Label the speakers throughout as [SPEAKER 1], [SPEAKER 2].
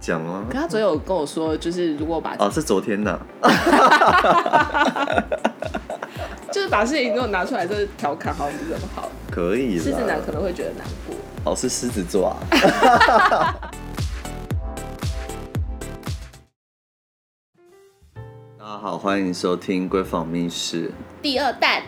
[SPEAKER 1] 讲啊。
[SPEAKER 2] 可他昨天有跟我说，就是如果把、
[SPEAKER 1] 哦，是昨天呐、
[SPEAKER 2] 就是把事情给我拿出来，就是调侃，好像不是很好。
[SPEAKER 1] 可以
[SPEAKER 2] 狮子男
[SPEAKER 1] 啦。
[SPEAKER 2] 可能会觉得难过。
[SPEAKER 1] 哦，是狮子座啊。 大家好，欢迎收听《闺房密室
[SPEAKER 2] 第二弹，》，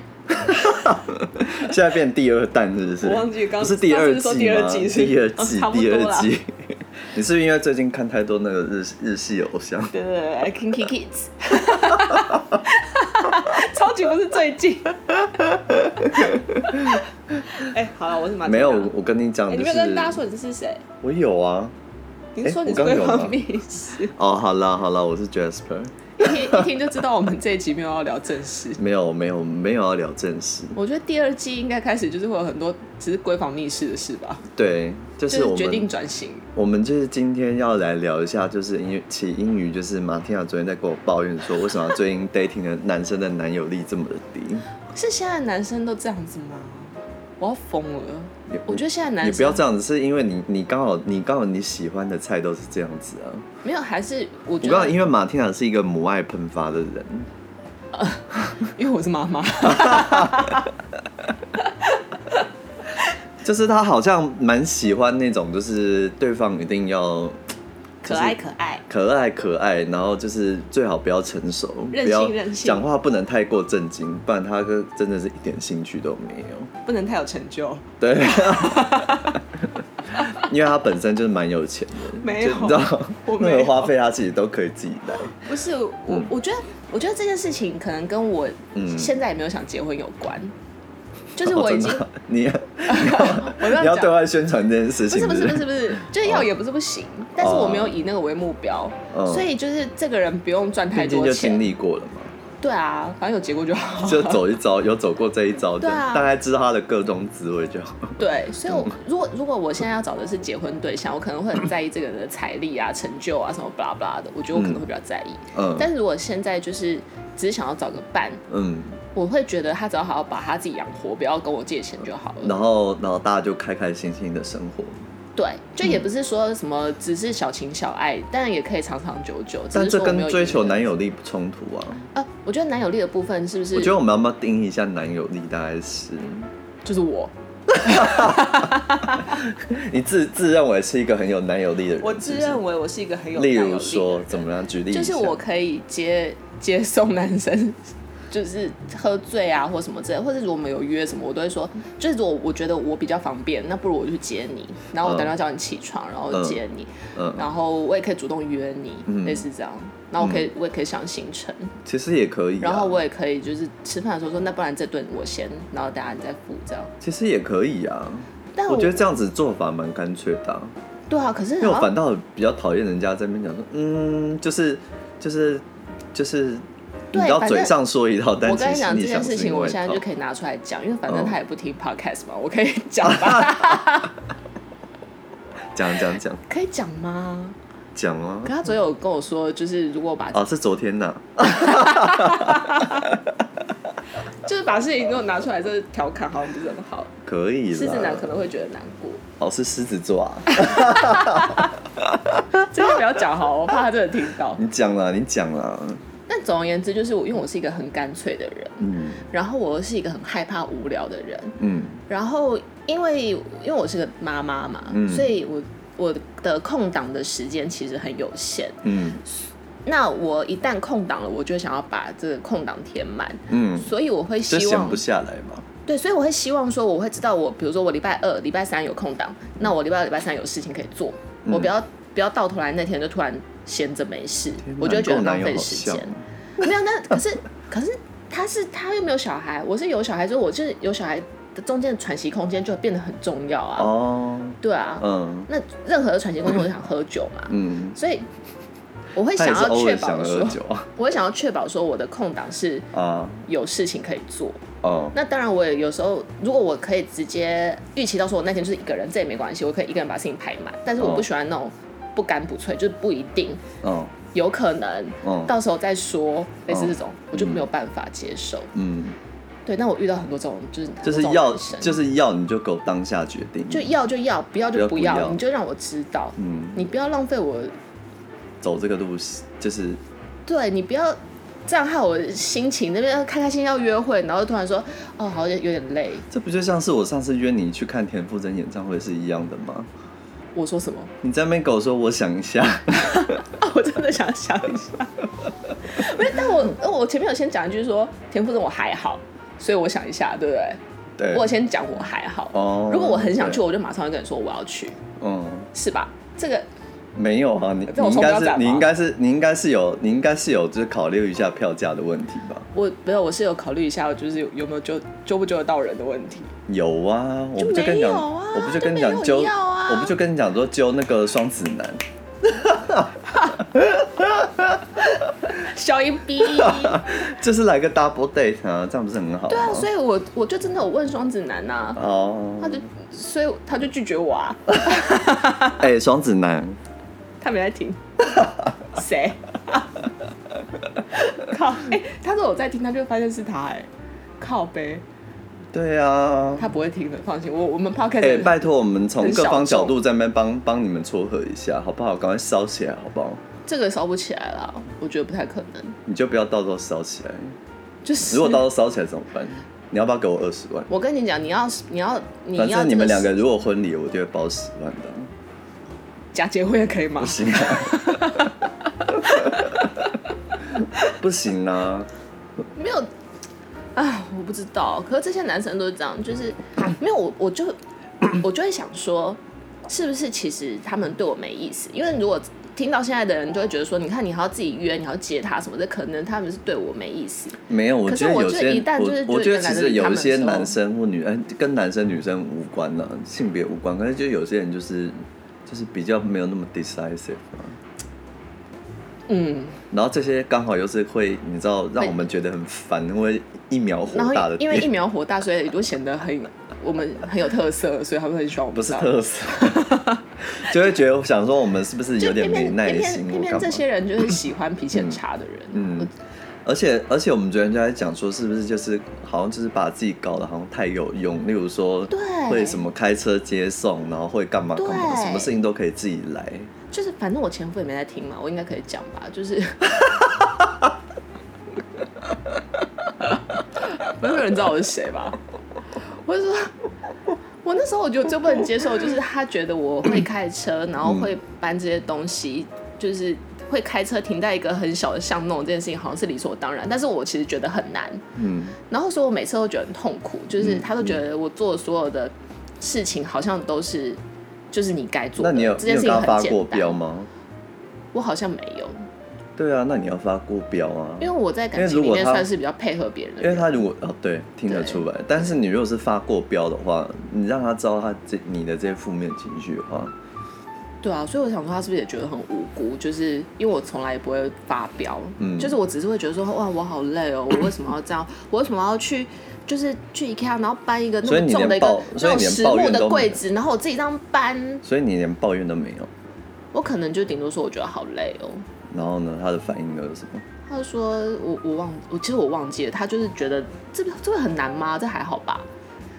[SPEAKER 1] 现在变第二弹是不是？
[SPEAKER 2] 我忘记刚
[SPEAKER 1] 不是第二
[SPEAKER 2] 上次说
[SPEAKER 1] 季
[SPEAKER 2] 第二
[SPEAKER 1] 吗
[SPEAKER 2] 季是
[SPEAKER 1] 第二
[SPEAKER 2] 哦
[SPEAKER 1] 季，
[SPEAKER 2] 差不
[SPEAKER 1] 第
[SPEAKER 2] 多啦
[SPEAKER 1] 二季。 你是不是因为最近看太多那个日日系偶像？
[SPEAKER 2] 对对对，Kinky Kids，超级不是最 近。哎、好了，我是马
[SPEAKER 1] 没有，
[SPEAKER 2] 蒂娜
[SPEAKER 1] 我跟你讲，
[SPEAKER 2] 哎
[SPEAKER 1] 就
[SPEAKER 2] 你
[SPEAKER 1] 是
[SPEAKER 2] 没有跟大家说你是谁？
[SPEAKER 1] 我有啊。
[SPEAKER 2] 你是说你是
[SPEAKER 1] 哎我刚
[SPEAKER 2] 对
[SPEAKER 1] 有吗
[SPEAKER 2] 方密室？
[SPEAKER 1] 哦，好啦好啦，我是 Jasper，
[SPEAKER 2] 一听一 听就知道我们这一集没有要聊正事。
[SPEAKER 1] 没有没有没有要聊正事，
[SPEAKER 2] 我觉得第二季应该开始就是会有很多只是闺房密室的事吧，
[SPEAKER 1] 对，就
[SPEAKER 2] 就是
[SPEAKER 1] 我们
[SPEAKER 2] 决定转型。
[SPEAKER 1] 我们就是今天要来聊一下，就是因为起因于就是马天雅昨天在跟我抱怨说，为什么最近 dating 的男生的男友力这么的低？
[SPEAKER 2] 是现在的男生都这样子吗？我要疯了！
[SPEAKER 1] 也
[SPEAKER 2] 我觉得现在的男生
[SPEAKER 1] 你不要这样子，是因为你你刚好你刚好你喜欢的菜都是这样子啊。
[SPEAKER 2] 没有，还是我
[SPEAKER 1] 我
[SPEAKER 2] 觉
[SPEAKER 1] 刚好
[SPEAKER 2] 得
[SPEAKER 1] 因为马天雅是一个母爱喷发的人，
[SPEAKER 2] 因为我是 妈妈，
[SPEAKER 1] 就是他好像蛮喜欢那种，就是对方一定要
[SPEAKER 2] 可爱可爱，
[SPEAKER 1] 可爱可爱，然后就是最好不要成熟，
[SPEAKER 2] 任性
[SPEAKER 1] 不要
[SPEAKER 2] 任性
[SPEAKER 1] 讲话不能太过正经，不然他哥真的是一点兴趣都没有。
[SPEAKER 2] 不能太有成就。
[SPEAKER 1] 对， 因为他本身就是蛮有钱的，
[SPEAKER 2] 没有
[SPEAKER 1] 就你知道
[SPEAKER 2] 我没有
[SPEAKER 1] 那个花费他自己都可以自己来。
[SPEAKER 2] 不是我，我觉得，我觉得这件事情可能跟我
[SPEAKER 1] 嗯
[SPEAKER 2] 现在也没有想结婚有关，就是我已经
[SPEAKER 1] 哦真的 你
[SPEAKER 2] 我这
[SPEAKER 1] 你
[SPEAKER 2] 样
[SPEAKER 1] 要对
[SPEAKER 2] 讲。
[SPEAKER 1] 外宣传这件事
[SPEAKER 2] 不
[SPEAKER 1] 情，
[SPEAKER 2] 是不是
[SPEAKER 1] 不
[SPEAKER 2] 不是不是，就是要也不是不行，
[SPEAKER 1] 哦
[SPEAKER 2] 但是我没有以那个为目标，
[SPEAKER 1] 嗯
[SPEAKER 2] 所以就是这个人不用赚太
[SPEAKER 1] 毕竟
[SPEAKER 2] 多
[SPEAKER 1] 就经
[SPEAKER 2] 钱，
[SPEAKER 1] 历过了嘛，
[SPEAKER 2] 对啊，反正有结果就好。
[SPEAKER 1] 就走一遭，有走过这一遭，就
[SPEAKER 2] 对啊
[SPEAKER 1] 大概知道他的各种滋味就好。
[SPEAKER 2] 对，所以我如果如果我现在要找的是结婚对象，我可能会很在意这个人的财力啊、成就啊什么 blah blah 的，我觉得我可能会比较在意。
[SPEAKER 1] 嗯
[SPEAKER 2] 但是如果现在就是只是想要找个伴，
[SPEAKER 1] 嗯，
[SPEAKER 2] 我会觉得他只要好好把他自己养活，不要跟我借钱就好了。
[SPEAKER 1] 然后然后大家就开开心心的生活。
[SPEAKER 2] 对，就也不是说什么只是小情小爱，但也可以长长久久。只
[SPEAKER 1] 但
[SPEAKER 2] 是
[SPEAKER 1] 这
[SPEAKER 2] 说我没
[SPEAKER 1] 跟
[SPEAKER 2] 有
[SPEAKER 1] 追
[SPEAKER 2] 一个
[SPEAKER 1] 求男友力不冲突啊。
[SPEAKER 2] 呃，我觉得男友力的部分是不是？
[SPEAKER 1] 我觉得我们要不要定义一下男友力？大概是
[SPEAKER 2] 就是我，
[SPEAKER 1] 你自自认为是一个很有男友力的人，
[SPEAKER 2] 我自
[SPEAKER 1] 是不是
[SPEAKER 2] 认为我是一个很有
[SPEAKER 1] 例
[SPEAKER 2] 男友
[SPEAKER 1] 如
[SPEAKER 2] 力的
[SPEAKER 1] 说
[SPEAKER 2] 人
[SPEAKER 1] 怎么样？举例一下
[SPEAKER 2] 就是我可以接接送男生，就是喝醉啊或什么之类，或者如果我们有约什么，我都会说，就是如果我觉得我比较方便，那不如我去接你，然后我打电话叫你起床，然后接你，
[SPEAKER 1] 嗯，
[SPEAKER 2] 然后我也可以主动约你，
[SPEAKER 1] 嗯
[SPEAKER 2] 类似这样。然后我可以，我也可以想行程，
[SPEAKER 1] 其实也可以、啊，
[SPEAKER 2] 然后我也可以就是吃饭的时候说，那不然这顿我先，然后大家你再付这样。
[SPEAKER 1] 其实也可以啊。
[SPEAKER 2] 但
[SPEAKER 1] 我觉得这样子做法蛮干脆的啊、
[SPEAKER 2] 对啊，可是
[SPEAKER 1] 因为我
[SPEAKER 2] 好像
[SPEAKER 1] 反倒比较讨厌人家在那边讲说，嗯，就是就是就是，你
[SPEAKER 2] 对
[SPEAKER 1] 知道
[SPEAKER 2] 反正
[SPEAKER 1] 嘴上说一套，但
[SPEAKER 2] 我
[SPEAKER 1] 其
[SPEAKER 2] 跟你
[SPEAKER 1] 实
[SPEAKER 2] 讲
[SPEAKER 1] 你
[SPEAKER 2] 这件
[SPEAKER 1] 想
[SPEAKER 2] 事
[SPEAKER 1] 是
[SPEAKER 2] 情，
[SPEAKER 1] 另
[SPEAKER 2] 我
[SPEAKER 1] 外一
[SPEAKER 2] 现在就
[SPEAKER 1] 套
[SPEAKER 2] 可以拿出来讲，因为反正
[SPEAKER 1] 嗯
[SPEAKER 2] 他也不听 podcast 嘛，我可以讲 吧？
[SPEAKER 1] 讲讲讲
[SPEAKER 2] 可以讲吗？
[SPEAKER 1] 讲啊
[SPEAKER 2] 可。他昨天有跟我说，就是如果把、
[SPEAKER 1] 哦，是昨天呐、
[SPEAKER 2] 就是把事情给我拿出来，这调侃好像不是很好。
[SPEAKER 1] 可以啦。
[SPEAKER 2] 狮子男可能会觉得难过，
[SPEAKER 1] 哦，是狮子座啊。
[SPEAKER 2] 这个不要讲好，我怕他真的听到。
[SPEAKER 1] 你讲啦，你讲啦。
[SPEAKER 2] 但总而言之，就是我因为我是一个很干脆的人，
[SPEAKER 1] 嗯
[SPEAKER 2] 然后我又是一个很害怕无聊的人，
[SPEAKER 1] 嗯
[SPEAKER 2] 然后因为因为我是个妈妈嘛，
[SPEAKER 1] 嗯
[SPEAKER 2] 所以我我的空档的时间其实很有限。
[SPEAKER 1] 嗯
[SPEAKER 2] 那我一旦空档了，我就想要把这个空档填满，
[SPEAKER 1] 嗯，
[SPEAKER 2] 所以我会
[SPEAKER 1] 就
[SPEAKER 2] 希
[SPEAKER 1] 闲
[SPEAKER 2] 望
[SPEAKER 1] 不下来嘛。
[SPEAKER 2] 对，所以我会希望说，我会知道我，比如说我礼拜二、礼拜三有空档，那我礼拜二、礼拜三有事情可以做，
[SPEAKER 1] 嗯
[SPEAKER 2] 我不要不要到头来那天就突然闲着没事，我就会觉得很浪费时间。没有， 那可是可是他是他又没有小孩，我是有小孩，所以我就是有小孩的中间的喘息空间就变得很重要啊。
[SPEAKER 1] 哦，
[SPEAKER 2] 对啊，
[SPEAKER 1] 嗯
[SPEAKER 2] 那任何的喘息空间，我就想喝酒嘛，
[SPEAKER 1] 嗯，
[SPEAKER 2] 所以我会
[SPEAKER 1] 他
[SPEAKER 2] 想
[SPEAKER 1] 也是
[SPEAKER 2] 要
[SPEAKER 1] 偶
[SPEAKER 2] 确
[SPEAKER 1] 尔想
[SPEAKER 2] 保
[SPEAKER 1] 喝
[SPEAKER 2] 说，
[SPEAKER 1] 酒啊
[SPEAKER 2] 我会想要确保说我的空档是
[SPEAKER 1] 啊
[SPEAKER 2] 有事情可以做。
[SPEAKER 1] 哦，
[SPEAKER 2] 那当然，我也有时候，如果我可以直接预期到说，我那天就是一个人，这也没关系，我可以一个人把事情排满。但是我
[SPEAKER 1] 哦
[SPEAKER 2] 不喜欢那种不干不脆，就是不一定，
[SPEAKER 1] 嗯
[SPEAKER 2] 有可能
[SPEAKER 1] 嗯
[SPEAKER 2] 到时候再说，类似这种，我就没有办法接受。
[SPEAKER 1] 嗯，
[SPEAKER 2] 对，那我遇到很多这种，就是
[SPEAKER 1] 就是要
[SPEAKER 2] 就
[SPEAKER 1] 就是要你就给我当下决定，
[SPEAKER 2] 就要就要，不要就不
[SPEAKER 1] 不要
[SPEAKER 2] 要，
[SPEAKER 1] 不要
[SPEAKER 2] 你就让我知道，
[SPEAKER 1] 嗯
[SPEAKER 2] 你不要浪费我
[SPEAKER 1] 走这个路，就是
[SPEAKER 2] 对你不要这样害我心情那边开开心心要约会，然后突然说哦，好像有点累。
[SPEAKER 1] 这不就像是我上次约你去看田馥甄演唱会是一样的吗？
[SPEAKER 2] 我说什么？
[SPEAKER 1] 你在那边跟我说，我想一下。
[SPEAKER 2] 啊， 我真的想想一下。不是，但我呃我前面有先讲一句说田馥甄我还好，所以我想一下，对不对？
[SPEAKER 1] 对。
[SPEAKER 2] 我先讲我还好。
[SPEAKER 1] 哦。
[SPEAKER 2] 如果我很想去，我就马上会跟你说我要去，
[SPEAKER 1] 嗯，
[SPEAKER 2] 是吧？这个
[SPEAKER 1] 没有啊，你
[SPEAKER 2] 这
[SPEAKER 1] 你
[SPEAKER 2] 我
[SPEAKER 1] 应
[SPEAKER 2] 从
[SPEAKER 1] 该
[SPEAKER 2] 不
[SPEAKER 1] 是
[SPEAKER 2] 要
[SPEAKER 1] 你应
[SPEAKER 2] 讲
[SPEAKER 1] 该是你应该是有你应该是有就是考虑一下票价的问题吧？
[SPEAKER 2] 我没有，我是有考虑一下，就是有有没有揪揪不揪得到人的问题。
[SPEAKER 1] 有啊，我不就
[SPEAKER 2] 就
[SPEAKER 1] 跟你讲，
[SPEAKER 2] 没有啊
[SPEAKER 1] 我不就跟你
[SPEAKER 2] 就
[SPEAKER 1] 讲
[SPEAKER 2] 没有
[SPEAKER 1] 揪，
[SPEAKER 2] 要啊
[SPEAKER 1] 我不就跟你讲说揪那个双子男，
[SPEAKER 2] 小一 逼。
[SPEAKER 1] 就是来个 double date 啊，这样不是很好吗？
[SPEAKER 2] 对啊，所以我我就真的有问双子男呐、
[SPEAKER 1] 哦，
[SPEAKER 2] 他就所以他就拒绝我啊，
[SPEAKER 1] 哎，双子男，
[SPEAKER 2] 他没 在听，谁？靠！哎、他说我在听，他就会发现是他哎、靠呗，
[SPEAKER 1] 对啊，
[SPEAKER 2] 他不会听的，放心，我我们 podcast
[SPEAKER 1] 哎、
[SPEAKER 2] 很、
[SPEAKER 1] 拜托我们从
[SPEAKER 2] 很
[SPEAKER 1] 各
[SPEAKER 2] 小
[SPEAKER 1] 方角
[SPEAKER 2] 众
[SPEAKER 1] 度在那边帮帮你们撮合一下，好不好？赶快烧起来，好不好？
[SPEAKER 2] 这个烧不起来了，我觉得不太可能，
[SPEAKER 1] 你就不要到时候烧起来，
[SPEAKER 2] 就是
[SPEAKER 1] 如果到时候烧起来怎么办？你要不要给我二十万？
[SPEAKER 2] 我跟你讲，你要你要你要
[SPEAKER 1] 反
[SPEAKER 2] 这
[SPEAKER 1] 正你们两个如果婚礼，我就会包十万的，啊
[SPEAKER 2] 假结婚也可以吗
[SPEAKER 1] 不？行啊，不行啊，
[SPEAKER 2] 没有。啊，我不知道。可是这些男生都是这样，就是没有我，我就我就会想说，是不是其实他们对我没意思？因为如果听到现在的人，就会觉得说，你看你还要自己约，你还要接他什么的，可能他们是对我没意思。
[SPEAKER 1] 没有，我
[SPEAKER 2] 可是
[SPEAKER 1] 觉得
[SPEAKER 2] 我
[SPEAKER 1] 有
[SPEAKER 2] 觉
[SPEAKER 1] 些
[SPEAKER 2] 得一旦就是
[SPEAKER 1] 我我
[SPEAKER 2] 觉
[SPEAKER 1] 觉
[SPEAKER 2] 得
[SPEAKER 1] 得
[SPEAKER 2] 男
[SPEAKER 1] 其
[SPEAKER 2] 的
[SPEAKER 1] 实有
[SPEAKER 2] 他
[SPEAKER 1] 一
[SPEAKER 2] 们
[SPEAKER 1] 些
[SPEAKER 2] 说
[SPEAKER 1] 男生或女，哎，跟男生女生无关了、性别无关，可是就有些人就是就是比较没有那么 decisive 啊。
[SPEAKER 2] 嗯，
[SPEAKER 1] 然后这些刚好又是会，你知道，让我们觉得很烦，会一秒火
[SPEAKER 2] 然后
[SPEAKER 1] 大的
[SPEAKER 2] 因为疫
[SPEAKER 1] 点，
[SPEAKER 2] 苗火大，所以就显得很我们很有特色，所以他们很喜欢我们。
[SPEAKER 1] 不是特色， 就会觉得想说我们是不是
[SPEAKER 2] 就
[SPEAKER 1] 有
[SPEAKER 2] 偏
[SPEAKER 1] 点没
[SPEAKER 2] 偏
[SPEAKER 1] 耐
[SPEAKER 2] 偏
[SPEAKER 1] 心
[SPEAKER 2] 偏偏
[SPEAKER 1] 或干
[SPEAKER 2] 偏这
[SPEAKER 1] 嘛？
[SPEAKER 2] 些人就是喜欢脾气很差的人。
[SPEAKER 1] 嗯，而且而且我们昨天就在讲说，是不是就是好像就是把自己搞得好像太有用，例如说
[SPEAKER 2] 对
[SPEAKER 1] 会什么开车接送，然后会干嘛干嘛，
[SPEAKER 2] 对
[SPEAKER 1] 什么事情都可以自己来。
[SPEAKER 2] 就是反正我前夫也没在听嘛，我应该可以讲吧。就是 没有人知道我是谁吧？我就说，我那时候我就最不能接受，就是他觉得我会开车，然后会搬这些东西，就是会开车停在一个很小的巷弄，这件事情好像是理所当然，但是我其实觉得很难。
[SPEAKER 1] 嗯，
[SPEAKER 2] 然后所以我每次都觉得很痛苦，就是
[SPEAKER 1] 嗯
[SPEAKER 2] 他都觉得我做的所有的事情好像都是就是你该做
[SPEAKER 1] 那
[SPEAKER 2] 的，
[SPEAKER 1] 你有
[SPEAKER 2] 这
[SPEAKER 1] 你
[SPEAKER 2] 件
[SPEAKER 1] 有
[SPEAKER 2] 事
[SPEAKER 1] 跟他
[SPEAKER 2] 情很
[SPEAKER 1] 发
[SPEAKER 2] 简
[SPEAKER 1] 过
[SPEAKER 2] 单
[SPEAKER 1] 飙。吗？
[SPEAKER 2] 我好像没有，
[SPEAKER 1] 对啊，那你要发过标啊，
[SPEAKER 2] 因为我在感
[SPEAKER 1] 因为
[SPEAKER 2] 情
[SPEAKER 1] 如
[SPEAKER 2] 里
[SPEAKER 1] 果
[SPEAKER 2] 面
[SPEAKER 1] 他
[SPEAKER 2] 算是比较配合别人的
[SPEAKER 1] 因为
[SPEAKER 2] 人。
[SPEAKER 1] 他如果哦对听得
[SPEAKER 2] 对
[SPEAKER 1] 出来，但是你如果是发过标的话，你让他知道他这你的这些负面情绪的话，
[SPEAKER 2] 对啊，所以我想说，他是不是也觉得很无辜？就是因为我从来也不会发飙，
[SPEAKER 1] 嗯
[SPEAKER 2] 就是我只是会觉得说，哇，我好累哦，我为什么要这样？ 我为什么要去？就是去 IKEA，然后搬一个那
[SPEAKER 1] 所以
[SPEAKER 2] 么
[SPEAKER 1] 你
[SPEAKER 2] 重的
[SPEAKER 1] 连
[SPEAKER 2] 一个
[SPEAKER 1] 抱
[SPEAKER 2] 那
[SPEAKER 1] 所以
[SPEAKER 2] 种
[SPEAKER 1] 你连
[SPEAKER 2] 实
[SPEAKER 1] 抱
[SPEAKER 2] 木
[SPEAKER 1] 怨
[SPEAKER 2] 的
[SPEAKER 1] 都没
[SPEAKER 2] 柜
[SPEAKER 1] 有
[SPEAKER 2] 子，然后我自己这样搬，
[SPEAKER 1] 所以你连抱怨都没有。
[SPEAKER 2] 我可能就顶多说我觉得好累哦。
[SPEAKER 1] 然后呢，他的反应又是什么？
[SPEAKER 2] 他就说我我忘我其实我忘记了，他就是觉得这个这个很难吗？这还好吧。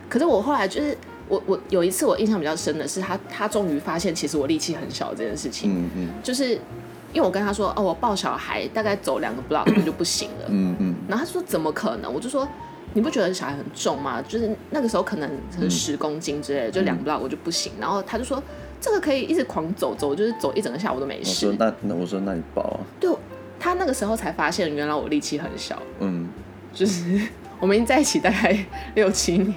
[SPEAKER 2] 可是我后来就是我我有一次我印象比较深的是他他终于发现其实我力气很小这件事情，
[SPEAKER 1] 嗯嗯
[SPEAKER 2] 就是因为我跟他说哦我抱小孩大概走两个 block 我就不行了，
[SPEAKER 1] 嗯嗯，
[SPEAKER 2] 然后他说怎么可能？我就说你不觉得小孩很重吗？就是那个时候可能
[SPEAKER 1] 嗯
[SPEAKER 2] 可能十公斤之类的，就两 block 我就不行。然后他就说这个可以一直狂走走，就是走一整个下午都没
[SPEAKER 1] 我说
[SPEAKER 2] 事。
[SPEAKER 1] 那那我说那你抱啊，
[SPEAKER 2] 对，他那个时候才发现原来我力气很小。
[SPEAKER 1] 嗯，
[SPEAKER 2] 就是我们已经在一起大概六七年，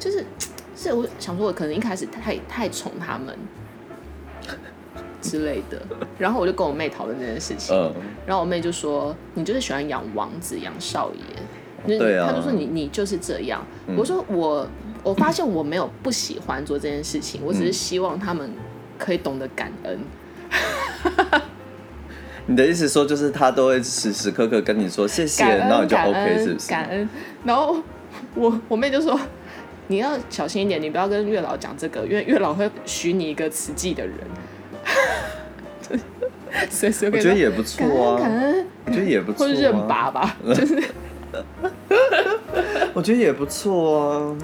[SPEAKER 2] 就是是我想说，我可能一开始太太宠他们之类的，然后我就跟我妹讨论这件事情，
[SPEAKER 1] 呃，
[SPEAKER 2] 然后我妹就说：“你就是喜欢养王子、养少爷。”
[SPEAKER 1] 对啊嗯
[SPEAKER 2] 她就说你你就是这样。我说我我发现我没有不喜欢做这件事情，我只是希望他们可以懂得感恩。
[SPEAKER 1] 你的意思说就是他都会时时刻刻跟你说谢谢，
[SPEAKER 2] 感恩，
[SPEAKER 1] 那你就
[SPEAKER 2] 感
[SPEAKER 1] OK
[SPEAKER 2] 恩
[SPEAKER 1] 是不是？
[SPEAKER 2] 感恩。然后我我妹就说：“你要小心一点，你不要跟月老讲这个，因为月老会许你一个慈济的人。 就是”随随
[SPEAKER 1] 我
[SPEAKER 2] 便
[SPEAKER 1] 觉得
[SPEAKER 2] 说
[SPEAKER 1] 也不错
[SPEAKER 2] 感恩感
[SPEAKER 1] 啊，
[SPEAKER 2] 恩，
[SPEAKER 1] 我觉得也不错
[SPEAKER 2] 或
[SPEAKER 1] 啊
[SPEAKER 2] 者认爸吧，就是
[SPEAKER 1] 我觉得也不错啊。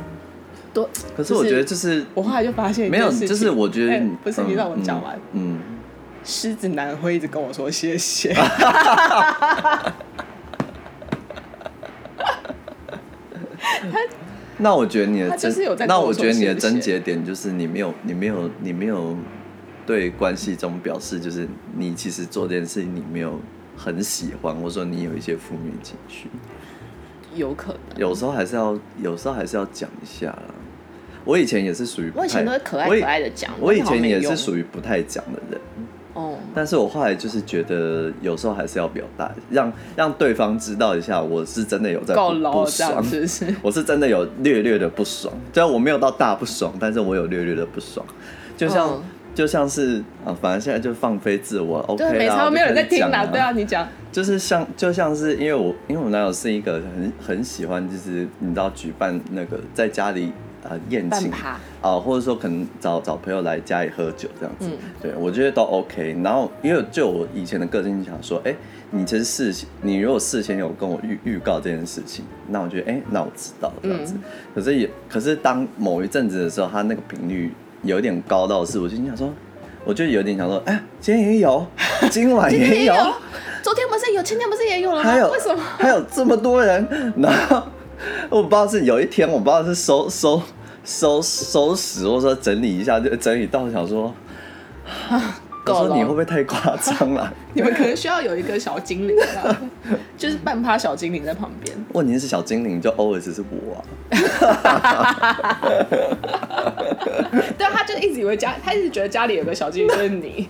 [SPEAKER 2] 多。
[SPEAKER 1] 可是我觉得
[SPEAKER 2] 就是
[SPEAKER 1] 就是
[SPEAKER 2] 我后来就发现一
[SPEAKER 1] 没有，
[SPEAKER 2] 件事
[SPEAKER 1] 就是
[SPEAKER 2] 情哎
[SPEAKER 1] 我觉得
[SPEAKER 2] 哎不是你让我
[SPEAKER 1] 嗯
[SPEAKER 2] 讲完，
[SPEAKER 1] 嗯，嗯
[SPEAKER 2] 狮子男会一直跟我说谢谢。
[SPEAKER 1] 啊那我觉得你的
[SPEAKER 2] 他就
[SPEAKER 1] 真，
[SPEAKER 2] 是有在跟
[SPEAKER 1] 那
[SPEAKER 2] 我
[SPEAKER 1] 我
[SPEAKER 2] 说
[SPEAKER 1] 觉得你
[SPEAKER 2] 谢
[SPEAKER 1] 的
[SPEAKER 2] 谢
[SPEAKER 1] 症结点就是你没有，你没有，你没有对关系中表示，就是你其实做这件事情你没有很喜欢，或者说你有一些负面情绪，
[SPEAKER 2] 有可能，
[SPEAKER 1] 有时候还是要，有时候还是要讲一下啦。我以前也是属于不太，
[SPEAKER 2] 我以前都会可 爱
[SPEAKER 1] 我以
[SPEAKER 2] 可爱的讲
[SPEAKER 1] 我以
[SPEAKER 2] 但好
[SPEAKER 1] 前
[SPEAKER 2] 像没
[SPEAKER 1] 也是
[SPEAKER 2] 用
[SPEAKER 1] 属于不太讲的人，
[SPEAKER 2] 哦，
[SPEAKER 1] 但是我后来就是觉得有时候还是要表达，让让对方知道一下，我是真的有在
[SPEAKER 2] 够
[SPEAKER 1] 不
[SPEAKER 2] 老
[SPEAKER 1] 不
[SPEAKER 2] 这样
[SPEAKER 1] 爽。
[SPEAKER 2] 子是不是。
[SPEAKER 1] 我是真的有略略的不爽，虽然我没有到大不爽，但是我有略略的不爽，就像、
[SPEAKER 2] 嗯
[SPEAKER 1] 就像是啊，反正现在就放飞自我，OK
[SPEAKER 2] 对，没
[SPEAKER 1] 啦，
[SPEAKER 2] 差，没有人在听
[SPEAKER 1] 啦，
[SPEAKER 2] 啦。对啊，你讲，
[SPEAKER 1] 就是像就像是因为我因为我男友是一个很很喜欢，就是你知道举办那个在家里啊宴请
[SPEAKER 2] 办趴
[SPEAKER 1] 啊、或者说可能找找朋友来家里喝酒这样子，
[SPEAKER 2] 嗯
[SPEAKER 1] 对我觉得都 OK。然后因为就我以前的个性想说，哎、你其实事先你如果事先有跟我预预告这件事情，那我觉得哎、那我知道这样子。
[SPEAKER 2] 嗯
[SPEAKER 1] 可是也可是当某一阵子的时候，他那个频率有点高到是，我心想说。我就有点想说，哎、今天也有，今晚
[SPEAKER 2] 今天也
[SPEAKER 1] 哎也有，
[SPEAKER 2] 有，昨天不是有，前天不是也有了 吗？
[SPEAKER 1] 还有
[SPEAKER 2] 为什么？
[SPEAKER 1] 还有这么多人？然后我不知道是有一天，我不知道是收收收收拾，或者说整理一下，就整理到想说， 我
[SPEAKER 2] 够
[SPEAKER 1] 说
[SPEAKER 2] 了
[SPEAKER 1] 你会不会太夸张 了？
[SPEAKER 2] 你们可能需要有一个小精灵吧， 就是半趴小精灵在旁边。
[SPEAKER 1] 问题是小精灵就 always 是我啊，
[SPEAKER 2] 对，他就一直以为家，他一直觉得家里有个小精灵就 是你。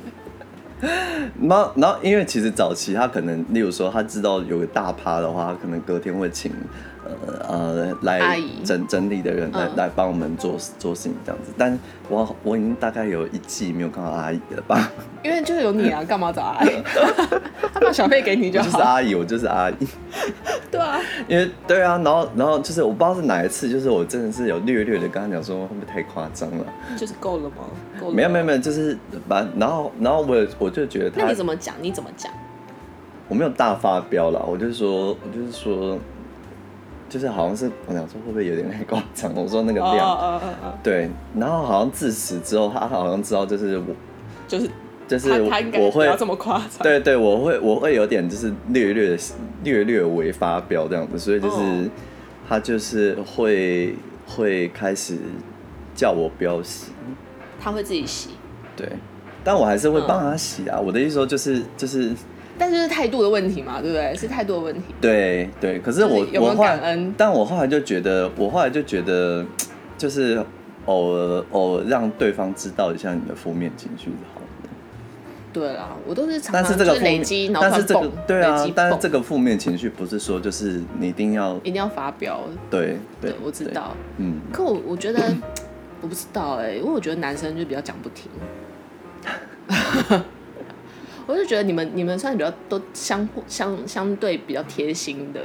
[SPEAKER 1] 然后然后因为其实早期他可能，例如说他知道有个大趴的话，他可能隔天会请。呃呃，
[SPEAKER 2] 阿
[SPEAKER 1] 来
[SPEAKER 2] 姨
[SPEAKER 1] 整整理的人来、
[SPEAKER 2] 嗯
[SPEAKER 1] 来帮我们做做事情这样子，但我我已经大概有一季没有看到阿姨了吧，
[SPEAKER 2] 因为就是有你啊，干嘛找阿姨？ 他把小费给你
[SPEAKER 1] 我
[SPEAKER 2] 就
[SPEAKER 1] 就是
[SPEAKER 2] 好。
[SPEAKER 1] 阿姨，我就是阿姨。
[SPEAKER 2] 对啊，
[SPEAKER 1] 因为对啊，然后然后就是我不知道是哪一次，就是我真的是有略略的跟他讲说会不会太夸张了？
[SPEAKER 2] 就是够了吗？够了。
[SPEAKER 1] 没有没有。没有，就是把然后然后我也我就觉得
[SPEAKER 2] 那
[SPEAKER 1] 他
[SPEAKER 2] 你怎么讲？你怎么讲？
[SPEAKER 1] 我没有大发飙啦，我就是说我就是说就是好像是我想说会不会有点太夸张？我说那个量
[SPEAKER 2] 哦哦哦，
[SPEAKER 1] 对，然后好像自此之后，他好像知道就是我
[SPEAKER 2] 就是
[SPEAKER 1] 就是
[SPEAKER 2] 他他应该
[SPEAKER 1] 我
[SPEAKER 2] 不
[SPEAKER 1] 会
[SPEAKER 2] 要这么夸张。
[SPEAKER 1] 对对，我会我会有点就是略略略略为发飙这样子，所以就是、
[SPEAKER 2] 哦
[SPEAKER 1] 他就是会会开始叫我不要洗，
[SPEAKER 2] 他会自己洗，
[SPEAKER 1] 对，但我还是会帮他洗啊。我的意思说就是就是
[SPEAKER 2] 但就是态度的问题嘛，对不对？是态度的问题。
[SPEAKER 1] 对对，可是我
[SPEAKER 2] 就是有没有
[SPEAKER 1] 我后
[SPEAKER 2] 感恩
[SPEAKER 1] 来，但我后来就觉得，我后来就觉得就是偶尔偶尔让对方知道一下你的负面情绪就好了。
[SPEAKER 2] 对啦，我都是常
[SPEAKER 1] 但是
[SPEAKER 2] 常啊就
[SPEAKER 1] 这个
[SPEAKER 2] 是
[SPEAKER 1] 负
[SPEAKER 2] 累
[SPEAKER 1] 面
[SPEAKER 2] 积，然后
[SPEAKER 1] 但
[SPEAKER 2] 突
[SPEAKER 1] 是
[SPEAKER 2] 然
[SPEAKER 1] 这个
[SPEAKER 2] 蹦，
[SPEAKER 1] 对
[SPEAKER 2] 累
[SPEAKER 1] 啊
[SPEAKER 2] 积，
[SPEAKER 1] 但是
[SPEAKER 2] 蹦
[SPEAKER 1] 这个负面情绪不是说就是你一定要
[SPEAKER 2] 一定要发飙。
[SPEAKER 1] 对
[SPEAKER 2] 对，我知，道。
[SPEAKER 1] 嗯，
[SPEAKER 2] 可我我觉得我不知道哎、因为我觉得男生就比较讲不停。 我就觉得你们你们算是比较都相互相相对比较贴心的，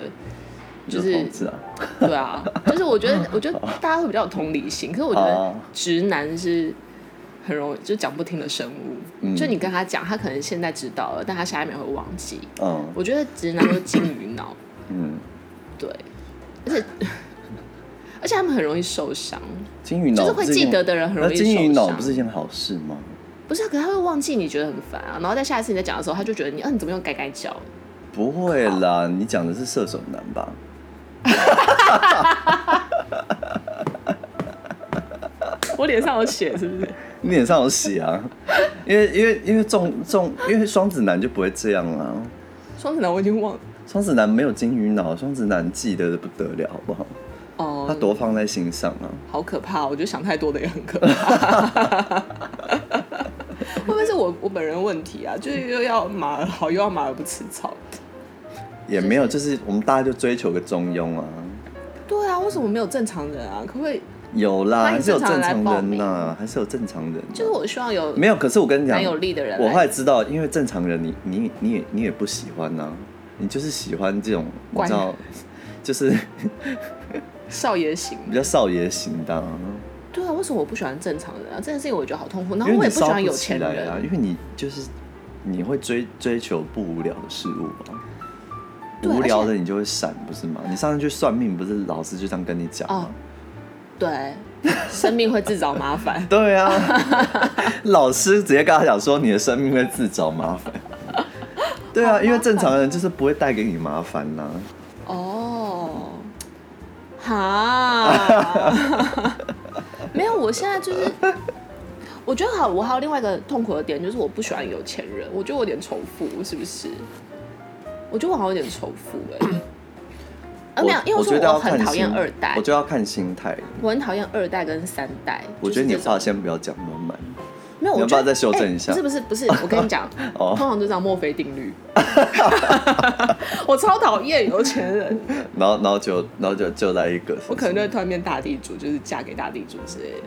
[SPEAKER 2] 就
[SPEAKER 1] 就是是同志啊，
[SPEAKER 2] 对啊，就是我觉得我觉得大家会比较有同理心，可是我觉得
[SPEAKER 1] 哦
[SPEAKER 2] 直男是很容易就讲不听的生物，
[SPEAKER 1] 嗯
[SPEAKER 2] 就你跟他讲，他可能现在知道了，但他下一秒会忘记。
[SPEAKER 1] 嗯
[SPEAKER 2] 我觉得直男都金鱼脑，
[SPEAKER 1] 嗯，
[SPEAKER 2] 对，而且 而且他们很容易受伤，
[SPEAKER 1] 金鱼脑
[SPEAKER 2] 就是会
[SPEAKER 1] 不一件
[SPEAKER 2] 记得的人很容易
[SPEAKER 1] 那金鱼
[SPEAKER 2] 受
[SPEAKER 1] 脑
[SPEAKER 2] 伤
[SPEAKER 1] 不是一件好事吗？
[SPEAKER 2] 不是、啊，可是他会忘记，你觉得很烦啊。然后在下一次你在讲的时候，他就觉得你，嗯、你怎么用改改脚？
[SPEAKER 1] 不会啦，你讲的是射手男吧？
[SPEAKER 2] 我脸上有血是不是？
[SPEAKER 1] 你脸上有血啊， 因为因为因为重重，因为双子男就不会这样啊。
[SPEAKER 2] 双子男我已经忘了
[SPEAKER 1] 双子男没有金鱼脑，双子男记得的不得了，好不好？
[SPEAKER 2] 哦，
[SPEAKER 1] 他多放在心上啊。
[SPEAKER 2] 好可怕！我觉得想太多的也很可怕。 会不会是我我本人问题啊？就是又要马儿好，又要马儿不吃草。
[SPEAKER 1] 也没有，就是我们大家就追求个中庸啊。
[SPEAKER 2] 对啊，为什么没有正常人啊？可不可以？
[SPEAKER 1] 有啦，
[SPEAKER 2] 欢迎
[SPEAKER 1] 还是有
[SPEAKER 2] 正
[SPEAKER 1] 正
[SPEAKER 2] 常人来
[SPEAKER 1] 常
[SPEAKER 2] 报
[SPEAKER 1] 人
[SPEAKER 2] 名
[SPEAKER 1] 呐、还是有正常人啊、
[SPEAKER 2] 就是我希望有
[SPEAKER 1] 没有。可是我跟你讲
[SPEAKER 2] 蛮，有力的人来，
[SPEAKER 1] 我后来知道，因为正常人你你你也你也不喜欢呐、你就是喜欢这种你
[SPEAKER 2] 怪
[SPEAKER 1] 知道，就是
[SPEAKER 2] 少爷型。
[SPEAKER 1] 比较少爷型的、啊，
[SPEAKER 2] 对啊，为什么我不喜欢正常人啊？这件事情我觉得好痛苦。
[SPEAKER 1] 因
[SPEAKER 2] 然后
[SPEAKER 1] 为
[SPEAKER 2] 我也
[SPEAKER 1] 你
[SPEAKER 2] 不喜
[SPEAKER 1] 烧
[SPEAKER 2] 欢
[SPEAKER 1] 不
[SPEAKER 2] 有
[SPEAKER 1] 起
[SPEAKER 2] 钱
[SPEAKER 1] 来啊，
[SPEAKER 2] 人。
[SPEAKER 1] 因为你就是你会追追求不无聊的事物啊。
[SPEAKER 2] 对
[SPEAKER 1] 无聊的
[SPEAKER 2] 哦
[SPEAKER 1] 你就会闪，不是吗？你上次去算命，不是老师就这样跟你讲吗？。
[SPEAKER 2] 哦对，生命会自找麻烦
[SPEAKER 1] 对啊，老师直接跟他讲说你的生命会自找麻烦。 对啊，因为正常人就是不会带给你麻烦呐、
[SPEAKER 2] 哦， 哈，没有，我现在就是，我觉得好，我还有另外一个痛苦的点，就是我不喜欢有钱人，我觉得我有点仇富，是不是？我觉得我好像有点仇富哎、 啊，没有，因为
[SPEAKER 1] 我
[SPEAKER 2] 说
[SPEAKER 1] 觉得要
[SPEAKER 2] 我很
[SPEAKER 1] 看
[SPEAKER 2] 讨厌
[SPEAKER 1] 心
[SPEAKER 2] 二代
[SPEAKER 1] 我，就要看心态。
[SPEAKER 2] 我很讨厌二代跟三代。
[SPEAKER 1] 我觉得你
[SPEAKER 2] 就是这种
[SPEAKER 1] 话先不要讲那么满。
[SPEAKER 2] 没有，
[SPEAKER 1] 你
[SPEAKER 2] 我
[SPEAKER 1] 要不要
[SPEAKER 2] 觉得
[SPEAKER 1] 再修正一下
[SPEAKER 2] 哎不是不是不是，我跟你讲，
[SPEAKER 1] 哦
[SPEAKER 2] 通常就叫墨菲定 律。我超讨厌有钱人，
[SPEAKER 1] 然后，然后就，然后就就来一个，
[SPEAKER 2] 我可能就会突然变大地主，就是嫁给大地主之类的。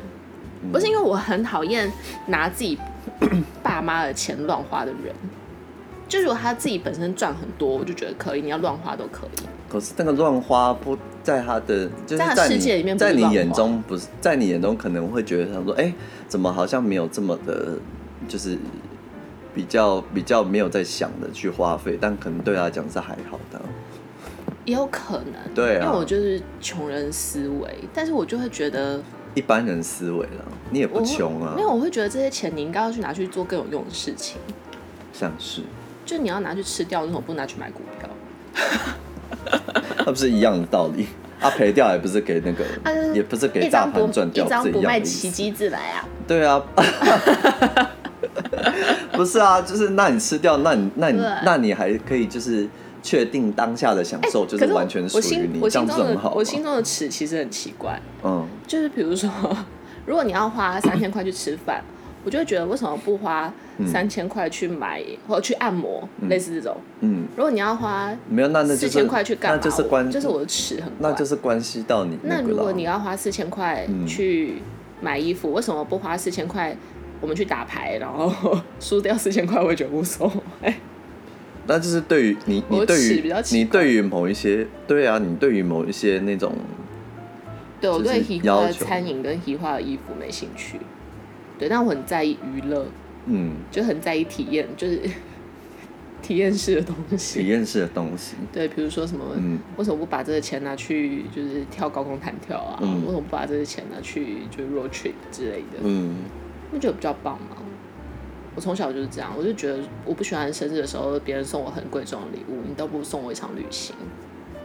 [SPEAKER 1] 嗯
[SPEAKER 2] 不是因为我很讨厌拿自己 爸妈的钱乱花的人，就如果他自己本身赚很多，我就觉得可以，你要乱花都可以。
[SPEAKER 1] 可是那个乱花不在他的，就是
[SPEAKER 2] 在他
[SPEAKER 1] 在你
[SPEAKER 2] 世界里面不是
[SPEAKER 1] 在你
[SPEAKER 2] 乱花
[SPEAKER 1] 眼中不是，在你眼中可能会觉得他说，哎、怎么好像没有这么的，就是比较比较没有在想的去花费，但可能对他来讲是还好的。
[SPEAKER 2] 也有可能，
[SPEAKER 1] 对啊
[SPEAKER 2] 因为我就是穷人思维，但是我就会觉得
[SPEAKER 1] 一般人思维啦，你也
[SPEAKER 2] 我
[SPEAKER 1] 不
[SPEAKER 2] 会
[SPEAKER 1] 穷啊
[SPEAKER 2] 没，有，我会觉得这些钱你应该要去拿去做更有用的事情。
[SPEAKER 1] 像是，
[SPEAKER 2] 就你要拿去吃掉，那种不拿去买股票？
[SPEAKER 1] 那不是一样的道理。啊，赔掉也不是给那个，
[SPEAKER 2] 啊就是
[SPEAKER 1] 也不是给
[SPEAKER 2] 一
[SPEAKER 1] 大
[SPEAKER 2] 张不
[SPEAKER 1] 盘赚掉，
[SPEAKER 2] 一张
[SPEAKER 1] 是
[SPEAKER 2] 不
[SPEAKER 1] 样
[SPEAKER 2] 卖，
[SPEAKER 1] 的意思
[SPEAKER 2] 奇迹自来啊！
[SPEAKER 1] 对啊， 不是啊，就是那你吃掉，那你那你
[SPEAKER 2] 对
[SPEAKER 1] 那你还可以就是确定当下的享受，就
[SPEAKER 2] 哎可是我
[SPEAKER 1] 完全属
[SPEAKER 2] 我
[SPEAKER 1] 于
[SPEAKER 2] 心
[SPEAKER 1] 你，
[SPEAKER 2] 我
[SPEAKER 1] 这样
[SPEAKER 2] 心
[SPEAKER 1] 子
[SPEAKER 2] 中
[SPEAKER 1] 很
[SPEAKER 2] 的
[SPEAKER 1] 好吗。啊
[SPEAKER 2] 我心中的尺其实很奇怪，
[SPEAKER 1] 嗯，
[SPEAKER 2] 就是比如说， 如果你要花三千块去吃饭，我就会觉得为什么不花三千块去买或者去按摩，类似这种。
[SPEAKER 1] 嗯，
[SPEAKER 2] 如果你要花
[SPEAKER 1] 没有，那那就是
[SPEAKER 2] 四千块去干嘛？
[SPEAKER 1] 那就是关，
[SPEAKER 2] 我就是我的尺很怪。
[SPEAKER 1] 那就是关系到你
[SPEAKER 2] 那
[SPEAKER 1] 个
[SPEAKER 2] 如果
[SPEAKER 1] 了
[SPEAKER 2] 你。要花四千块去买衣服，为什么不花四千块我们去打牌，然后 输掉四千块，我也觉得无所谓。
[SPEAKER 1] 那就是对于你，
[SPEAKER 2] 我
[SPEAKER 1] 你对
[SPEAKER 2] 尺比
[SPEAKER 1] 于
[SPEAKER 2] 较奇怪
[SPEAKER 1] 你对于某一些，对啊，你对于某一些那种，
[SPEAKER 2] 对我
[SPEAKER 1] 就是
[SPEAKER 2] 对喜欢
[SPEAKER 1] 要
[SPEAKER 2] 的
[SPEAKER 1] 求
[SPEAKER 2] 餐饮跟喜欢的衣服没兴趣，对，但我很在意娱乐，
[SPEAKER 1] 嗯，
[SPEAKER 2] 就很在意体验，就是 体验式的东
[SPEAKER 1] 体
[SPEAKER 2] 西。
[SPEAKER 1] 验式的东西，
[SPEAKER 2] 对，比如说什么，
[SPEAKER 1] 嗯
[SPEAKER 2] 为什么不把这个钱拿去就是跳高空弹跳啊？
[SPEAKER 1] 嗯
[SPEAKER 2] 为什么不把这个钱拿去就是 road trip 之类的？
[SPEAKER 1] 嗯，
[SPEAKER 2] 不觉得比较棒吗？我从小就是这样，我就觉得我不喜欢生日的时候别人送我很贵重的礼物，你都不如送我一场旅行，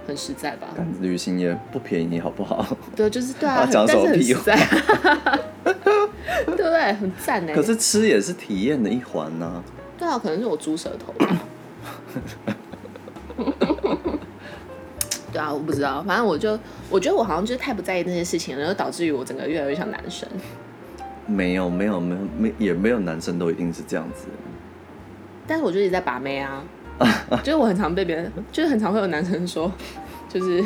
[SPEAKER 2] 很实在吧？
[SPEAKER 1] 但旅行也不便宜，好不好？
[SPEAKER 2] 对，就是对
[SPEAKER 1] 他
[SPEAKER 2] 啊，很
[SPEAKER 1] 讲
[SPEAKER 2] 但
[SPEAKER 1] 什
[SPEAKER 2] 是
[SPEAKER 1] 么
[SPEAKER 2] 很
[SPEAKER 1] 屁
[SPEAKER 2] 实
[SPEAKER 1] 话
[SPEAKER 2] 在， 对不对？很赞哎。
[SPEAKER 1] 可是吃也是体验的一环呐、
[SPEAKER 2] 对啊，可能是我猪舌头 吧。对啊，我不知道，反正我就我觉得我好像就是太不在意那些事情了，然后导致于我整个越来越像男生。
[SPEAKER 1] 没有，没有，没有，没也没有男生都一定是这样子。
[SPEAKER 2] 但是我就一直在把 妹啊，就是我很常被别人，就是很常会有男生说，就是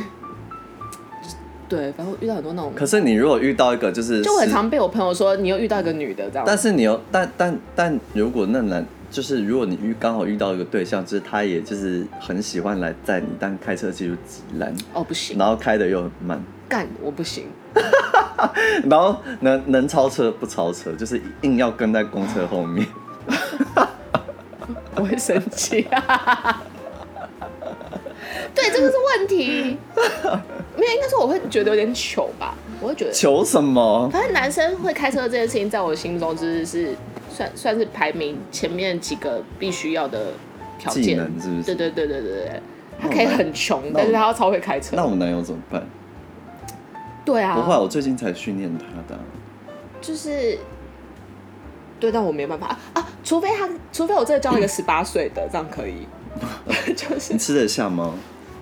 [SPEAKER 2] 对，反正我遇到很多那种，
[SPEAKER 1] 可是你如果遇到一个就是，
[SPEAKER 2] 就我很，常被我朋友说你又遇到一个女的这样，
[SPEAKER 1] 但是你又但但但如果那男就是如果你遇刚好遇到一个对象，就是他也就是很喜欢来载你，但开车技术极烂，
[SPEAKER 2] 哦不行，
[SPEAKER 1] 然后开的又很慢，
[SPEAKER 2] 干我不行，
[SPEAKER 1] 然后能能超车不超车，就是硬要跟在公车后 面。
[SPEAKER 2] 我会生气、 对，这个是问题，没有，应该说我会觉得有点糗吧，我会觉得，
[SPEAKER 1] 求什么？
[SPEAKER 2] 反正男生会开车这件事情，在我心中就是是算算是排名前面几个必须要的条
[SPEAKER 1] 技
[SPEAKER 2] 件
[SPEAKER 1] 能是不是
[SPEAKER 2] 对对对对对对，
[SPEAKER 1] 那
[SPEAKER 2] 他
[SPEAKER 1] 我
[SPEAKER 2] 可以
[SPEAKER 1] 们
[SPEAKER 2] 很穷，
[SPEAKER 1] 那我
[SPEAKER 2] 但是他要超会开车
[SPEAKER 1] 那。我男友怎么办？
[SPEAKER 2] 对啊，
[SPEAKER 1] 不会，我最近才训练他的啊、
[SPEAKER 2] 就是对，但我没办法啊啊，除非他，除非我真的交一个十八岁的，这样 可以。 就是
[SPEAKER 1] 你吃得下吗？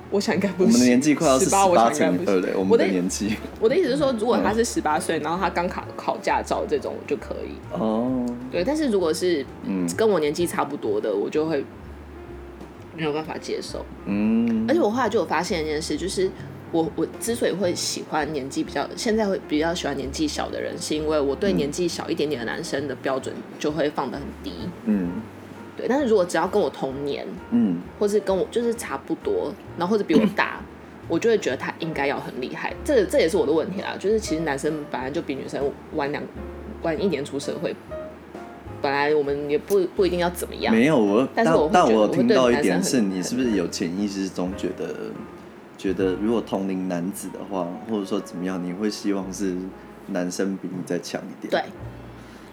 [SPEAKER 2] 我想应该不
[SPEAKER 1] 我们
[SPEAKER 2] 行，
[SPEAKER 1] 的年纪快要是十
[SPEAKER 2] 18我
[SPEAKER 1] 八
[SPEAKER 2] 想应
[SPEAKER 1] 乘
[SPEAKER 2] 该
[SPEAKER 1] 以
[SPEAKER 2] 不
[SPEAKER 1] 二
[SPEAKER 2] 行。
[SPEAKER 1] 嘞，我
[SPEAKER 2] 我
[SPEAKER 1] 们
[SPEAKER 2] 的
[SPEAKER 1] 的年 嗯纪。
[SPEAKER 2] 我的意思是说，如果他是十八岁，然后他刚考考驾照这种，我就可以。
[SPEAKER 1] 哦，
[SPEAKER 2] 对，但是如果是
[SPEAKER 1] 嗯
[SPEAKER 2] 跟我年纪差不多的，我就会没有办法接受。
[SPEAKER 1] 嗯
[SPEAKER 2] 而且我后来就有发现一件事，就是我我之所以会喜欢年纪比较，现在会比较喜欢年纪小的人，是因为我对年纪小一点点的男生的标准就会放得很低。
[SPEAKER 1] 嗯
[SPEAKER 2] 对，但是如果只要跟我同年，
[SPEAKER 1] 嗯，
[SPEAKER 2] 或是跟我就是差不多，然后或者比我 大，我就会觉得他应该要很厉害。这这也是我的问题啦，就是其实男生本来就比女生晚两晚一年出社会，本来我们也不不一定要怎么样。
[SPEAKER 1] 没有我，
[SPEAKER 2] 但是我会
[SPEAKER 1] 但
[SPEAKER 2] 觉得
[SPEAKER 1] 我
[SPEAKER 2] 我会
[SPEAKER 1] 听
[SPEAKER 2] 对
[SPEAKER 1] 到一
[SPEAKER 2] 男
[SPEAKER 1] 点
[SPEAKER 2] 生
[SPEAKER 1] 是
[SPEAKER 2] 很
[SPEAKER 1] 你是不是有潜意识中觉得，觉得如果同龄男子的话，或者说怎么样，你会希望是男生比你再强一点。
[SPEAKER 2] 对，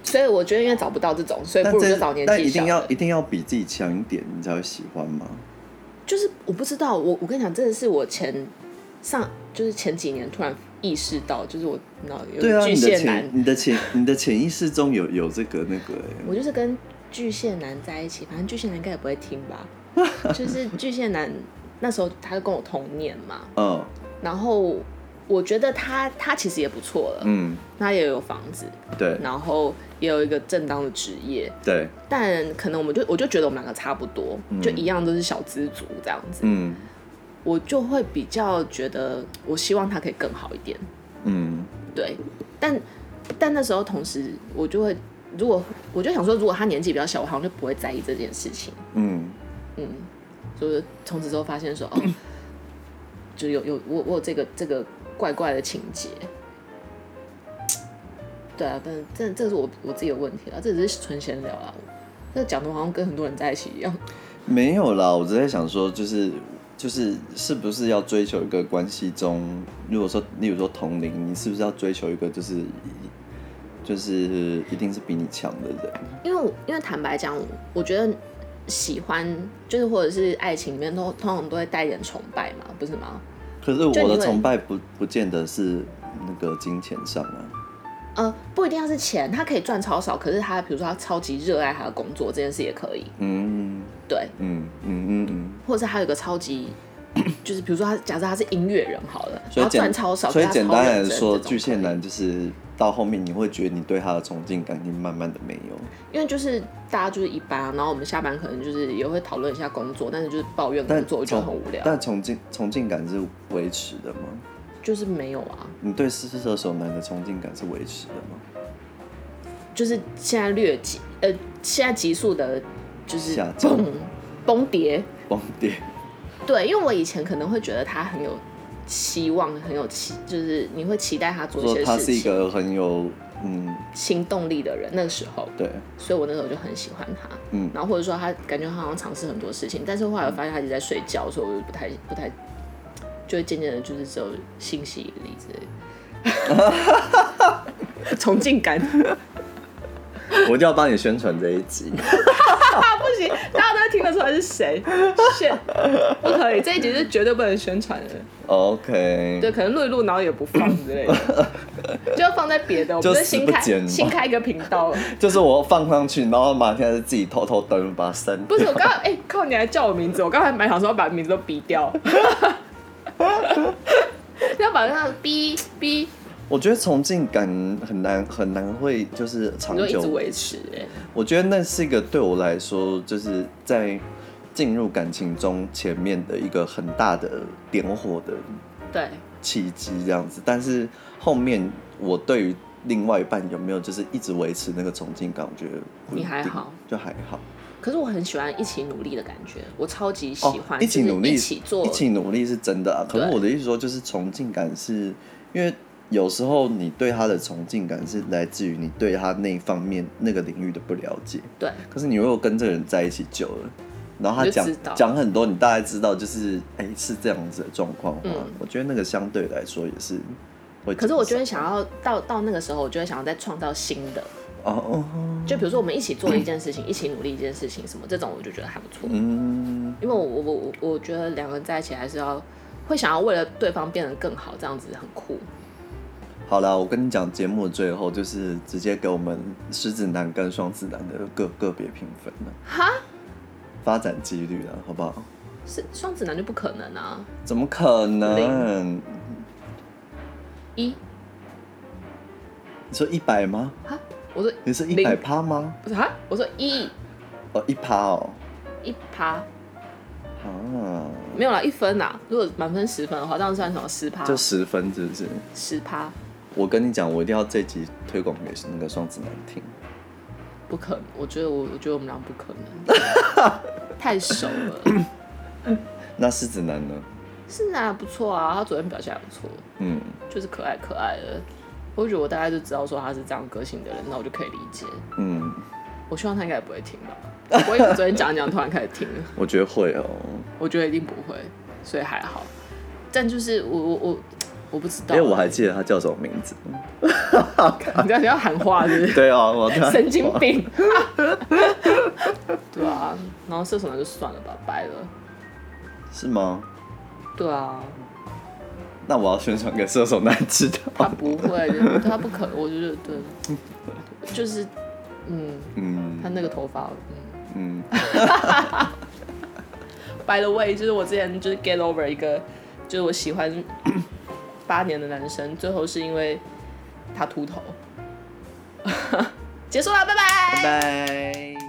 [SPEAKER 2] 所以我觉得因为找不到这种，所以
[SPEAKER 1] 但
[SPEAKER 2] 不如
[SPEAKER 1] 这
[SPEAKER 2] 就找年纪
[SPEAKER 1] 但
[SPEAKER 2] 小的。
[SPEAKER 1] 一定要一定要比自己强一点，你才会喜欢吗？
[SPEAKER 2] 就是我不知道，我我跟你讲，真的是我前上就是前几年突然意识到，就是我脑
[SPEAKER 1] 对
[SPEAKER 2] 有
[SPEAKER 1] 啊，
[SPEAKER 2] 巨
[SPEAKER 1] 你的
[SPEAKER 2] 蟹男
[SPEAKER 1] 潜，你的潜你的潜意识中有有这个那个哎、
[SPEAKER 2] 我就是跟巨蟹男在一起，反正巨蟹男应该也不会听吧。就是巨蟹男那时候他跟我同年嘛，
[SPEAKER 1] 嗯
[SPEAKER 2] 然后我觉得他他其实也不错了，
[SPEAKER 1] 嗯，
[SPEAKER 2] 他也有房子，
[SPEAKER 1] 对
[SPEAKER 2] 然后也有一个正当的职业，
[SPEAKER 1] 对，
[SPEAKER 2] 但可能我们就我就觉得我们两个差不多，就一样都是小资族这样子，
[SPEAKER 1] 嗯
[SPEAKER 2] 我就会比较觉得我希望他可以更好一点，
[SPEAKER 1] 嗯
[SPEAKER 2] 对，但但那时候同时我就会。如果我就想说，如果他年纪比较小，我好像就不会在意这件事情。
[SPEAKER 1] 嗯，
[SPEAKER 2] 就是从此之后发现说，哦， 就有有我我有这个这个怪怪的情节。对啊，但这这是我我自己的问题啊，这只是纯闲聊啊。这讲的好像跟很多人在一起一样。
[SPEAKER 1] 没有啦，我只在想说，就是就是是不是要追求一个关系中，如果说例如说同龄，你是不是要追求一个就是就是一定是比你强的人？
[SPEAKER 2] 因为我因为坦白讲，我觉得喜欢就是或者是爱情里面都通常都会带一点崇拜嘛，不是吗？
[SPEAKER 1] 可是我
[SPEAKER 2] 就你
[SPEAKER 1] 的
[SPEAKER 2] 会
[SPEAKER 1] 崇拜不不见得是那个金钱上啊，
[SPEAKER 2] 呃，不一定要是钱，他可以赚超少，可是他比如说他超级热爱他的工作这件事也可以，
[SPEAKER 1] 嗯
[SPEAKER 2] 对，
[SPEAKER 1] 嗯嗯嗯嗯，
[SPEAKER 2] 或者是他有个超级， 就是比如说他假设他是音乐人好了，
[SPEAKER 1] 所以
[SPEAKER 2] 然后
[SPEAKER 1] 简
[SPEAKER 2] 赚超少，
[SPEAKER 1] 所以
[SPEAKER 2] 可是他
[SPEAKER 1] 简单
[SPEAKER 2] 超
[SPEAKER 1] 来
[SPEAKER 2] 认真
[SPEAKER 1] 说，
[SPEAKER 2] 这种
[SPEAKER 1] 巨蟹
[SPEAKER 2] 可以，
[SPEAKER 1] 男就是到后面你会觉得你对他的崇敬感已经慢慢的没有，
[SPEAKER 2] 因为就是大家就是一般、啊，然后我们下班可能就是也会讨论一下工作，但是就是抱怨
[SPEAKER 1] 但
[SPEAKER 2] 工作，我觉得很无聊，
[SPEAKER 1] 但崇敬崇敬感是维持的吗？
[SPEAKER 2] 就是没有啊，
[SPEAKER 1] 你对狮射手男的崇敬感是维持的吗？
[SPEAKER 2] 就是现在略急，呃，现在急速的，就是
[SPEAKER 1] 下降
[SPEAKER 2] 崩崩跌，
[SPEAKER 1] 崩跌，
[SPEAKER 2] 对，因为我以前可能会觉得他很有期望，很有期，就是你会期待他做一
[SPEAKER 1] 说
[SPEAKER 2] 些
[SPEAKER 1] 他
[SPEAKER 2] 事
[SPEAKER 1] 是一
[SPEAKER 2] 情，
[SPEAKER 1] 个很有嗯，
[SPEAKER 2] 行动力的人，那个时候，
[SPEAKER 1] 对，
[SPEAKER 2] 所以我那时候就很喜欢他，
[SPEAKER 1] 嗯
[SPEAKER 2] 然后或者说他感觉他好像尝试很多事情，但是后来我发现他一直在睡觉，所以我就不太不太，就会渐渐的就是只有性吸引力之类的， 崇敬感啊
[SPEAKER 1] 我就要帮你宣传这一 集。
[SPEAKER 2] 不行，大家都听得出来是谁，是不可以，这一集是绝对不能宣传的，对，
[SPEAKER 1] OK，
[SPEAKER 2] 可能录一录然后也不放之 类的，就放在别的，我
[SPEAKER 1] 就
[SPEAKER 2] 们
[SPEAKER 1] 死
[SPEAKER 2] 就新
[SPEAKER 1] 不
[SPEAKER 2] 开
[SPEAKER 1] 剪嘛
[SPEAKER 2] 新开一个频道。
[SPEAKER 1] 就是我放上去，然后马天是自己偷偷登把它删掉。
[SPEAKER 2] 不是我刚刚哎、靠！你还叫我名字，我刚才蛮想说把名字都逼掉， 要把那个逼逼，
[SPEAKER 1] 我觉得崇敬感很难很难会就是长
[SPEAKER 2] 你就一
[SPEAKER 1] 久
[SPEAKER 2] 直维持哎、
[SPEAKER 1] 我觉得那是一个对我来说，就是在进入感情中前面的一个很大的点火的
[SPEAKER 2] 对，
[SPEAKER 1] 契机这样子。但是后面我对于另外一半有没有就是一直维持那个崇敬感，我觉得不一定
[SPEAKER 2] 你还好，
[SPEAKER 1] 就还好。
[SPEAKER 2] 可是我很喜欢一起努力的感觉，我超级喜欢、
[SPEAKER 1] 哦一起
[SPEAKER 2] 就是
[SPEAKER 1] 努力，
[SPEAKER 2] 一起做，
[SPEAKER 1] 一起努力是真的啊。可
[SPEAKER 2] 对
[SPEAKER 1] 是我的意思说，就是崇敬感是因为有时候你对他的崇敬感是来自于你对他那一方面那个领域的不了解。
[SPEAKER 2] 对
[SPEAKER 1] 可是你如果跟这个人在一起久了，然后他
[SPEAKER 2] 你就
[SPEAKER 1] 讲
[SPEAKER 2] 知道
[SPEAKER 1] 讲很多，你大概知道就是哎、是这样子的状况的话，
[SPEAKER 2] 嗯
[SPEAKER 1] 我觉得那个相对来说也是会减少。
[SPEAKER 2] 可是我就会想要到到那个时候，我就会想要再创造新的，
[SPEAKER 1] 哦哦，
[SPEAKER 2] 就比如说我们一起做一件事情，一起努力一件事情，什么这种我就觉得还不错，
[SPEAKER 1] 嗯，
[SPEAKER 2] 因为我我我我觉得两个人在一起还是要会想要为了对方变得更好，这样子很酷。
[SPEAKER 1] 好啦，我跟你讲，节目的最后就是直接给我们狮子男跟双子男的个个别评分了，
[SPEAKER 2] 哈，
[SPEAKER 1] 发展几率了，好不好？
[SPEAKER 2] 是双子男就不可能啊！
[SPEAKER 1] 怎么可能？
[SPEAKER 2] 一
[SPEAKER 1] 你说一百吗？
[SPEAKER 2] 哈，我说
[SPEAKER 1] 你是一
[SPEAKER 2] 零
[SPEAKER 1] 百趴吗？
[SPEAKER 2] 不是哈，我说一
[SPEAKER 1] 哦，一趴哦，
[SPEAKER 2] 一趴
[SPEAKER 1] 啊，
[SPEAKER 2] 没有啦，一分呐。如果满分十分的话，这样算什么？十趴，
[SPEAKER 1] 就十分是不是？
[SPEAKER 2] 十趴，
[SPEAKER 1] 我跟你讲，我一定要这集推广给那个双子男听。
[SPEAKER 2] 不可能。我觉得我我觉得我们俩不可能， 太熟了。
[SPEAKER 1] 那狮子男呢？
[SPEAKER 2] 是啊，不错啊，他昨天表现还不错，
[SPEAKER 1] 嗯，就是
[SPEAKER 2] 就是可爱可爱的。我觉得我大概就知道说他是这样个性的人，那我就可以理解。
[SPEAKER 1] 嗯，
[SPEAKER 2] 我希望他应该也不会听吧，我也是昨天讲一讲，突然开始听了。
[SPEAKER 1] 我觉得会哦。
[SPEAKER 2] 我觉得一定不会，所以还好。但就是我我我我不知道
[SPEAKER 1] 因
[SPEAKER 2] 啊，
[SPEAKER 1] 为我还记得他叫什么名字。
[SPEAKER 2] 你要你要喊话是不 是？
[SPEAKER 1] 对啊，我突然
[SPEAKER 2] 神经病。 对啊，然后射手男就算了吧，掰了。
[SPEAKER 1] 是吗？
[SPEAKER 2] 对啊，
[SPEAKER 1] 那我要宣传给射手男知
[SPEAKER 2] 他
[SPEAKER 1] 道。
[SPEAKER 2] 不会，就是他不可，我觉得对，就是嗯，
[SPEAKER 1] 嗯
[SPEAKER 2] 他那个头发，
[SPEAKER 1] 嗯，
[SPEAKER 2] 嗯。By the way，就是我之前就是 get over 一个，就是我喜 欢八年的男生，最后是因为 他秃头。结束了，拜拜
[SPEAKER 1] 拜拜。